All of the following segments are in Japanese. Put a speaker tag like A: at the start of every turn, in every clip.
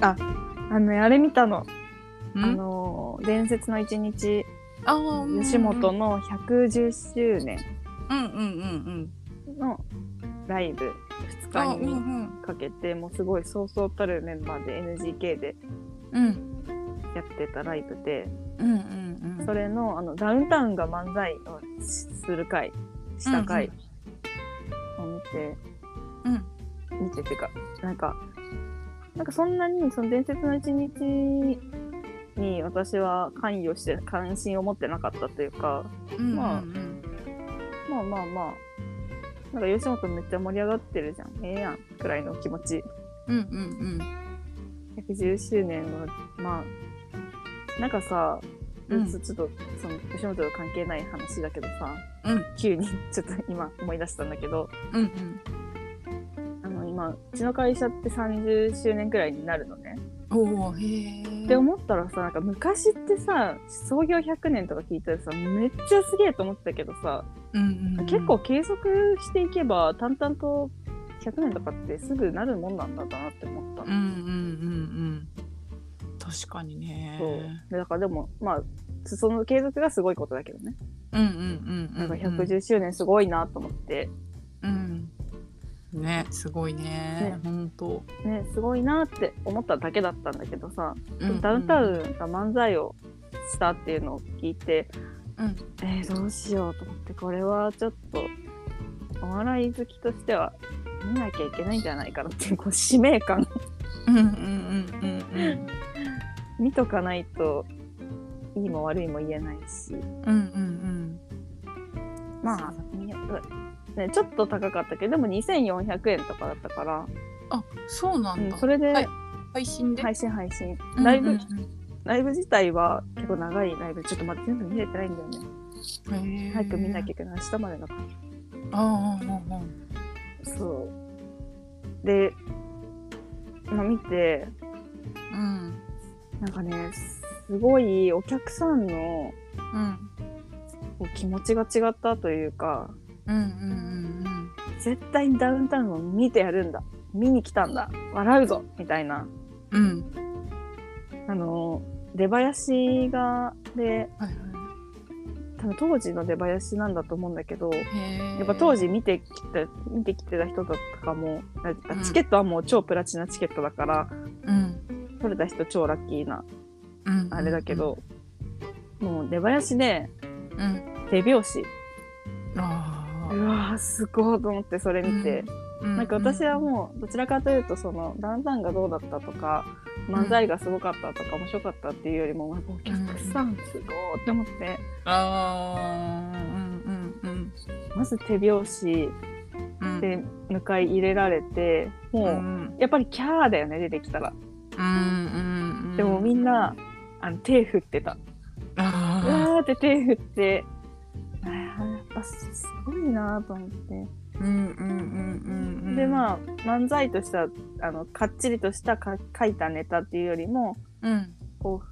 A: あのねあれ見たの
B: う
A: あ
B: ん
A: の伝説の一日
B: あーうん
A: 吉本の110周年
B: うんうんうん
A: のライブ2
B: うんあ
A: 日
B: うんう
A: に
B: ん
A: かけてもうすごいそうそうたるメンバーで NGK で
B: うん
A: やってたライブで
B: うんうんうん
A: それのあのダウンタウンが漫才をする回した回を見て、
B: うん
A: 見てっていうかなんかなんかそんなにその伝説の一日に私は関与して関心を持ってなかったというか
B: うん
A: まあ
B: うんうん
A: まあまあまあなんか吉本めっちゃ盛り上がってるじゃんええやんくらいの気持ち
B: うんうん
A: 110周年のまあなんかさ、
B: うん
A: ちょっとその吉本と関係ない話だけどさ、
B: うん
A: 急にちょっと今思い出したんだけど
B: うんうん
A: あの今うちの会社って30周年くらいになるのね。
B: うんおーへえ
A: って思ったらさなんか昔ってさ創業100年とか聞いたらさめっちゃすげえと思ってたけどさ、
B: うんうんうん
A: 結構継続していけば淡々と100年とかってすぐなるもんなんだなって思った
B: うんうんうんうん確かにね
A: そうでだからでもまあその継続がすごいことだけどね
B: うんうんうんう
A: なん
B: ん
A: か110周年すごいなと思って、
B: うんねすごいね
A: ね
B: 本当
A: ねすごいなって思っただけだったんだけどさ、
B: うんうん
A: ダウンタウンが漫才をしたっていうのを聞いて、
B: うん
A: えーどうしようと思ってこれはちょっとお笑い好きとしては見なきゃいけないんじゃないかなっていうこう使命感
B: うんうんうんうん
A: 見とかないといいも悪いも言えないし
B: うんうんうん
A: まあ見ようね、ちょっと高かったけどでも2400円とかだったから、
B: あそうな
A: うんん
B: だ
A: それで
B: はい配信で
A: 配信配信、
B: うん
A: ライブ、
B: うん
A: ライブ自体は結構長いライブちょっと待って全部見れてないんだよね
B: うんへえ
A: 早く見なきゃいけない明日までだか
B: あああああ
A: らそうで、まあ、見て
B: あうん
A: なんかねすごいお客さんの
B: うん
A: こう気持ちが違ったというか
B: うんうんうん
A: 絶対にダウンタウンを見てやるんだ見に来たんだ笑うぞみたいな
B: うんうん
A: あの出囃子がで
B: はいは
A: 多分当時の出囃子なんだと思うんだけど
B: いへえ
A: やっぱ当時見てきた見てきてた人だとかもあ
B: うん
A: チケットはもう超プラチナチケットだから、
B: うん
A: 取れた人超ラッキーな
B: うん
A: あれだけど、もう出囃子で
B: うん
A: 手拍子
B: あ
A: うわーすごいと思ってそれ見て、
B: あな
A: なんか私はもうどちらかというとそのダウンタウンがどうだったとか漫才がすごかったとか面白かったっていうよりもなんかお客さんすごいって思って、
B: ああうんうん
A: まず手拍子
B: うんうん
A: で迎え入れられてもう、
B: うん
A: やっぱりキャーだよね出てきたら。
B: うんうん
A: でもみんな、あの手振ってた。う
B: あ
A: わーって手振って、あーやっぱすすごいなーと思って。
B: ーうんうんうんうん
A: で
B: あ
A: まあ漫才としたあのかっちりとしたか書いたネタっていうよりも
B: うん
A: こ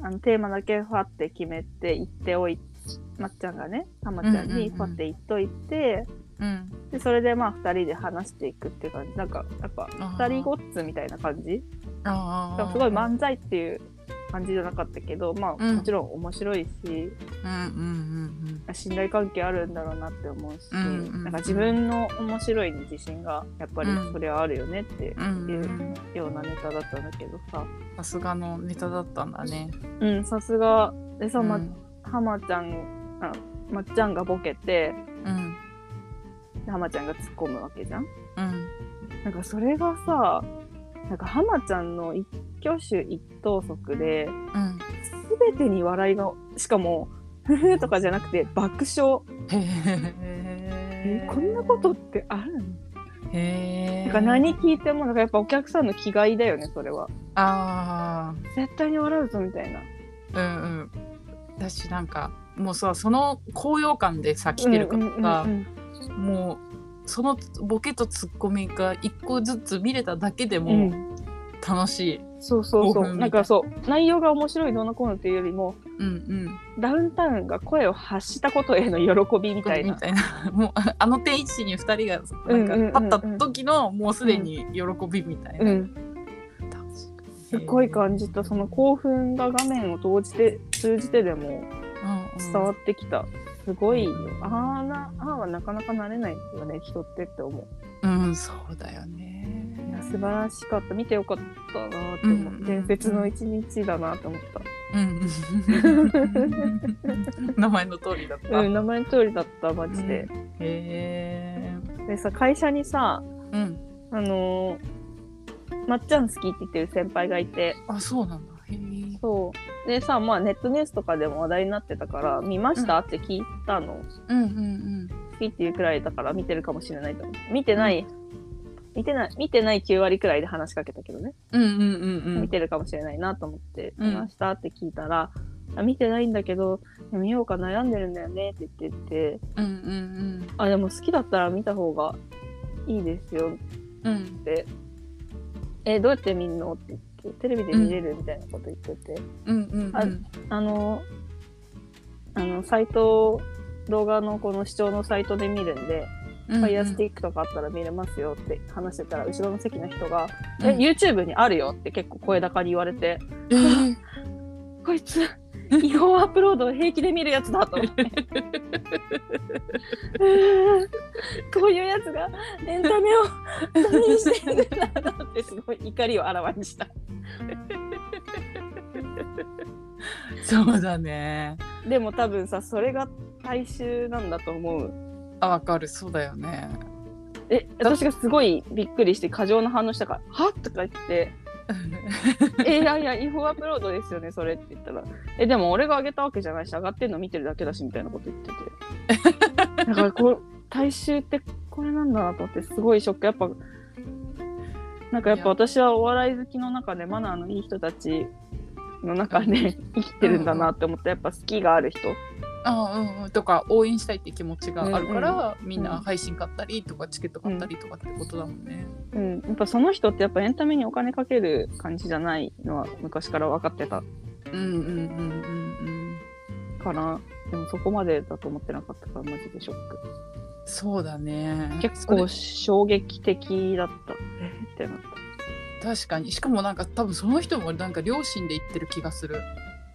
A: うあのテーマだけファって決めて言っておいまっちゃんがねたまちゃん
B: うんうんうん
A: にファって言っといて、
B: うん
A: でそれでまあ2人で話していくっていう感じなんかやっぱ
B: あー
A: 2人ごっつみたいな感じ
B: あ
A: だから
B: あ
A: すごい漫才っていう感じじゃなかったけどまあ
B: うん
A: もちろん面白いし、
B: うんうん
A: 信頼関係あるんだろうなって思うし、
B: うんうんうん
A: なんか自分の面白いに自信がやっぱりそれはあるよねって
B: うんうんうんうん
A: ようなネタだったんだけどさ
B: さすがのネタだったんだね
A: うんさすがでさ、ま
B: うん
A: はまちゃんあまっちゃんがボケて
B: うん
A: ではまちゃんが突っ込むわけじゃん
B: うん
A: なんかそれがさなんかはまちゃんの一挙手一投足で
B: うん
A: 全てに笑いがしかもふふとかじゃなくて爆笑、
B: へえ
A: えこんなことってあるの
B: へ
A: な
B: え
A: んか何聞いてもなんかやっぱお客さんの気概だよねそれは
B: あ
A: 絶対に笑うぞみたいな
B: あうんうん私なんかもうさその高揚感でさ来てるからさ、
A: うんうん
B: もうそのボケとツッコミが一個ずつ見れただけで
A: うんうん
B: も楽しい。
A: そうそう
B: 興
A: そ
B: 奮
A: うな
B: みたい
A: んかそう内容が面白いどうのこうのっていうよりも
B: うん
A: ダウンタウンが声を発したことへの喜び
B: うん、
A: みたい
B: み
A: な
B: たいな もうああの定位置に2人が
A: うんうんうんうん
B: なんか立った時のもうすでに喜びみたいな、
A: うん
B: 楽しい
A: すごい感じたその興奮が画面を通じて通じてでも伝わってきた、すごいよあーなあーはなかなかなれないよね人ってって思う
B: うん、うん、そうだよね。
A: いや素晴らしかった見てよかったなーって思う、
B: うん
A: 伝説の一日だなって思った
B: うん、名前の通りだった。
A: うん、名前の通りだったマジで、
B: へえ。
A: でさ会社にさ
B: うん。
A: あのーまっちゃん好きって言ってる先輩がいて
B: あ、そうなんだ。へえ。
A: そうでさまあネットニュースとかでも話題になってたから見ました、って聞いたの
B: うんうん
A: 好きっていうくらいだから見てるかもしれないと思う見てない、見てない見てない9割くらいで話しかけたけどね、
B: うん。うんうんうんう
A: 見
B: ん。
A: てるかもしれないなと思って「
B: うん
A: 見ました?」って聞いたら「あ見てないんだけど見ようか悩んでるんだよね」って言ってて
B: うんうん
A: 「あでも好きだったら見た方がいいですよ」
B: うん。うん。
A: って「えどうやって見んの?」って言って「テレビで見れる?」みたいなこと言ってて、
B: うんうんうん。
A: あのあのサイト動画のこの視聴のサイトで見るんで、
B: うんうん
A: ファイヤースティックとかあったら見れますよって話してたら後ろの席の人が「
B: うん
A: え YouTube にあるよ」って結構声高に言われて
B: えー
A: 「 こいつ 違法アップロードを平気で見るやつだ」と思ってうーん こういうやつがエンタメをダメに してるんだなってすごい怒りをあらわにした。
B: そうだね。
A: でも多分さそれが大衆なんだと思う。
B: あ、わかる。そうだよね。
A: え私がすごいびっくりして過剰な反応したから「はとか言って「 えいやいや違法アップロードですよねそれ」って言ったら「えでも俺が上げたわけじゃないし上がってんの見てるだけだし」みたいなこと言っててだからこう大衆ってこれなんだなと思ってすごいショックやっぱなんかやっぱ私はお笑い好きの中でマナーのいい人たちの中で 生きてるんだなって思ったやっぱ好きがある人
B: あうんうんとか応援したいって気持ちがあるから、みんな配信買ったりとかチケット買ったりとかってことだもんね。
A: うん、やっぱその人ってやっぱエンタメにお金かける感じじゃないのは昔から分かってた
B: うんうんうんうんうん。
A: からでもそこまでだと思ってなかったからマジでショック
B: そうだね。
A: 結
B: そ
A: 構
B: れ
A: 衝撃的だったえーってなっ
B: 確かにしかもなんか多分その人もなんか両親で言ってる気がする。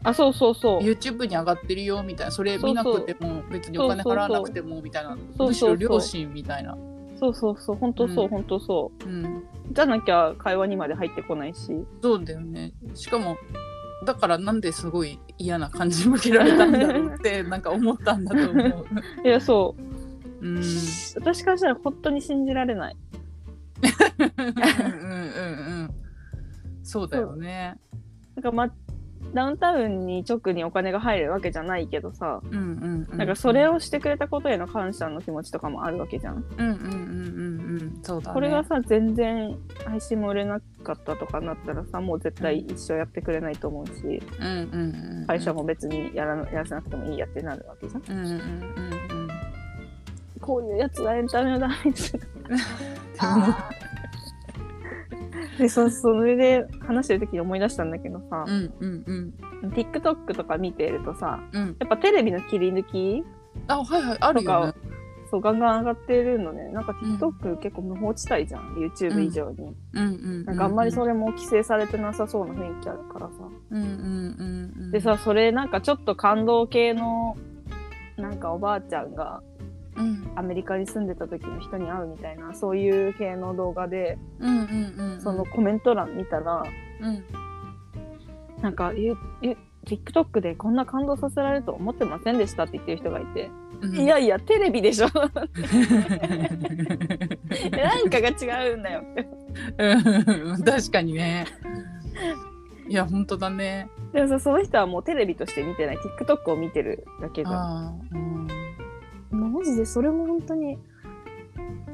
A: たあそうそうそう
B: YouTube に上がってるよみたいなそ
A: そ
B: れ
A: うそう
B: 見なくても別にお金
A: そうそうそう
B: 払わなくてもみたいな
A: そう
B: むしろ両親みたいな。
A: そうそうそう本当そううん本当そ
B: うん
A: うじゃなきゃ会話にまで入ってこないし
B: そうだよね。しかもだからなんですごい嫌な感じ向けられたんだろ うってなんか思ったんだと思う。
A: いやそうう、
B: ん
A: 私からしたら本当に信じられない
B: うんうんうんうんそうだよね。
A: なんかまダウンタウンに直にお金が入るわけじゃないけどさ
B: うんうんうん。
A: なんかそれをしてくれたことへの感謝の気持ちとかもあるわけじゃん
B: うんうんうんうんうんそうだね。
A: これがさ全然配信も売れなかったとかなったらさもう絶対一生やってくれないと思うし
B: うんうんうんうん
A: 会社も別にやらなやらせなくてもいいやってなるわけじゃん
B: うんうん うんうん。
A: こういうやつはエンタメをダメにする でそそれで話してる時に思い出したんだけどさ、
B: うんうんうん。
A: TikTok とか見てるとさ
B: うん。
A: やっぱテレビの切り抜き
B: あ、はいはい、あるよね。
A: そうガンガン上がってるのねなんか
B: うん
A: TikTok 結構無法地帯じゃん YouTube 以上に、
B: うんうんうん。
A: なんかあんまりそれも規制されてなさそうな雰囲気あるからさ
B: うんうんうんうん。
A: でさ、それなんかちょっと感動系のなんかおばあちゃんが
B: うん
A: アメリカに住んでた時の人に会うみたいなそういう系の動画で
B: うんうんうん。
A: その、コメント欄見たら
B: うん。
A: なんかゆゆ TikTok でこんな感動させられると思ってませんでしたって言ってる人がいて、
B: うん
A: い、やいやテレビで しょなんかが違うんだよって
B: うん 確かにね。いや、本当だね。
A: でもさその人はもうテレビとして見てない TikTok を見てるだけじゃ
B: ああ、うん。
A: んマジでそれも本当に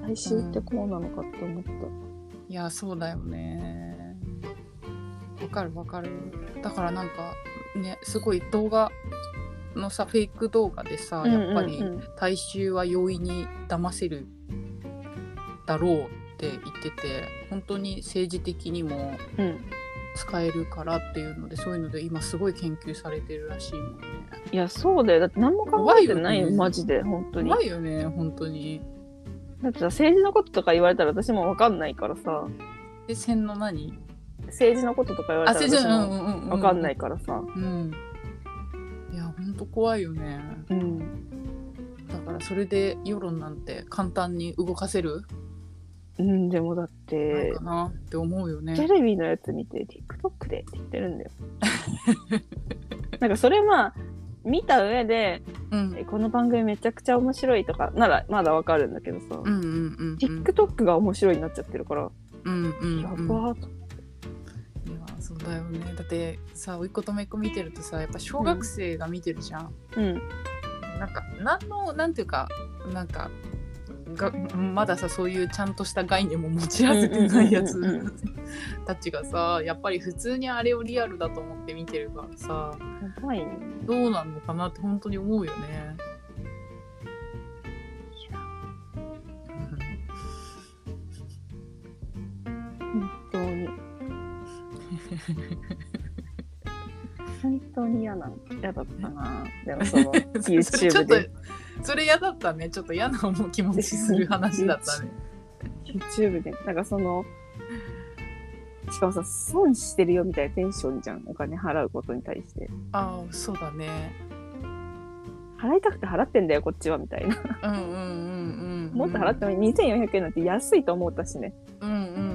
A: 来週ってこうなのかって思った、
B: いや、そうだよね。わかるわかる。だからなんか、ね、すごい動画のさ、フェイク動画でさ、やっぱり
A: うんうんうん
B: 大衆は容易に騙せるだろうって言ってて、本当に政治的にも
A: うん
B: 使えるからっていうので、そういうので今すごい研究されてるらしいもんね。
A: いやそうだよだって何も考えてないよ
B: 怖いよね
A: マジで本当に
B: 怖いよね、本当に。
A: だってさ政治のこととか言われたら私も分かんないからさ
B: で、線の何
A: 政治のこととか言われ
B: あ、
A: たら
B: せじ
A: 私
B: ゃん、う
A: も
B: んうんうん。
A: 分かんない。からさ、
B: うん。いや、ほんと怖いよね。
A: うん
B: だから、それで世論なんて簡単に動かせる
A: うん、でもだっ
B: ない
A: て
B: かなって思うよね。
A: テレビのやつ見て TikTok でって言ってるんだよ なんかそれまあ見た上で
B: うん。
A: えこの番組めちゃくちゃ面白いとかならまだわかるんだけどさ、
B: うんうんうんうん。
A: TikTok が面白いになっちゃってるから、
B: うんうん
A: やば
B: うん。
A: ーと
B: いやそうだよねだってさ甥っ子と姪っ子見てるとさやっぱ小学生が見てるじゃん、
A: うん
B: なんか何のなんていうかなんかがまださそういうちゃんとした概念も持ち合わせてないやつ
A: うんうんうんうん
B: たちがさやっぱり普通にあれをリアルだと思って見てるからさ
A: やばいね
B: どうなのかなって本当に思うよね。
A: 本当 に本当に嫌な嫌だったなでも その
B: ちょ
A: YouTube
B: っと
A: で
B: それ嫌だったねちょっと嫌な思う気持ちする話だったね。
A: YouTube でなんかそのしかもさ損してるよみたいなテンションじゃんお金払うことに対して
B: ああそうだね。
A: 払いたくて払ってんだよこっちはみたいな
B: うんうんうんうんうん。
A: もっと払ってもいい2400円なんて安いと思ったしね
B: うんうん嗯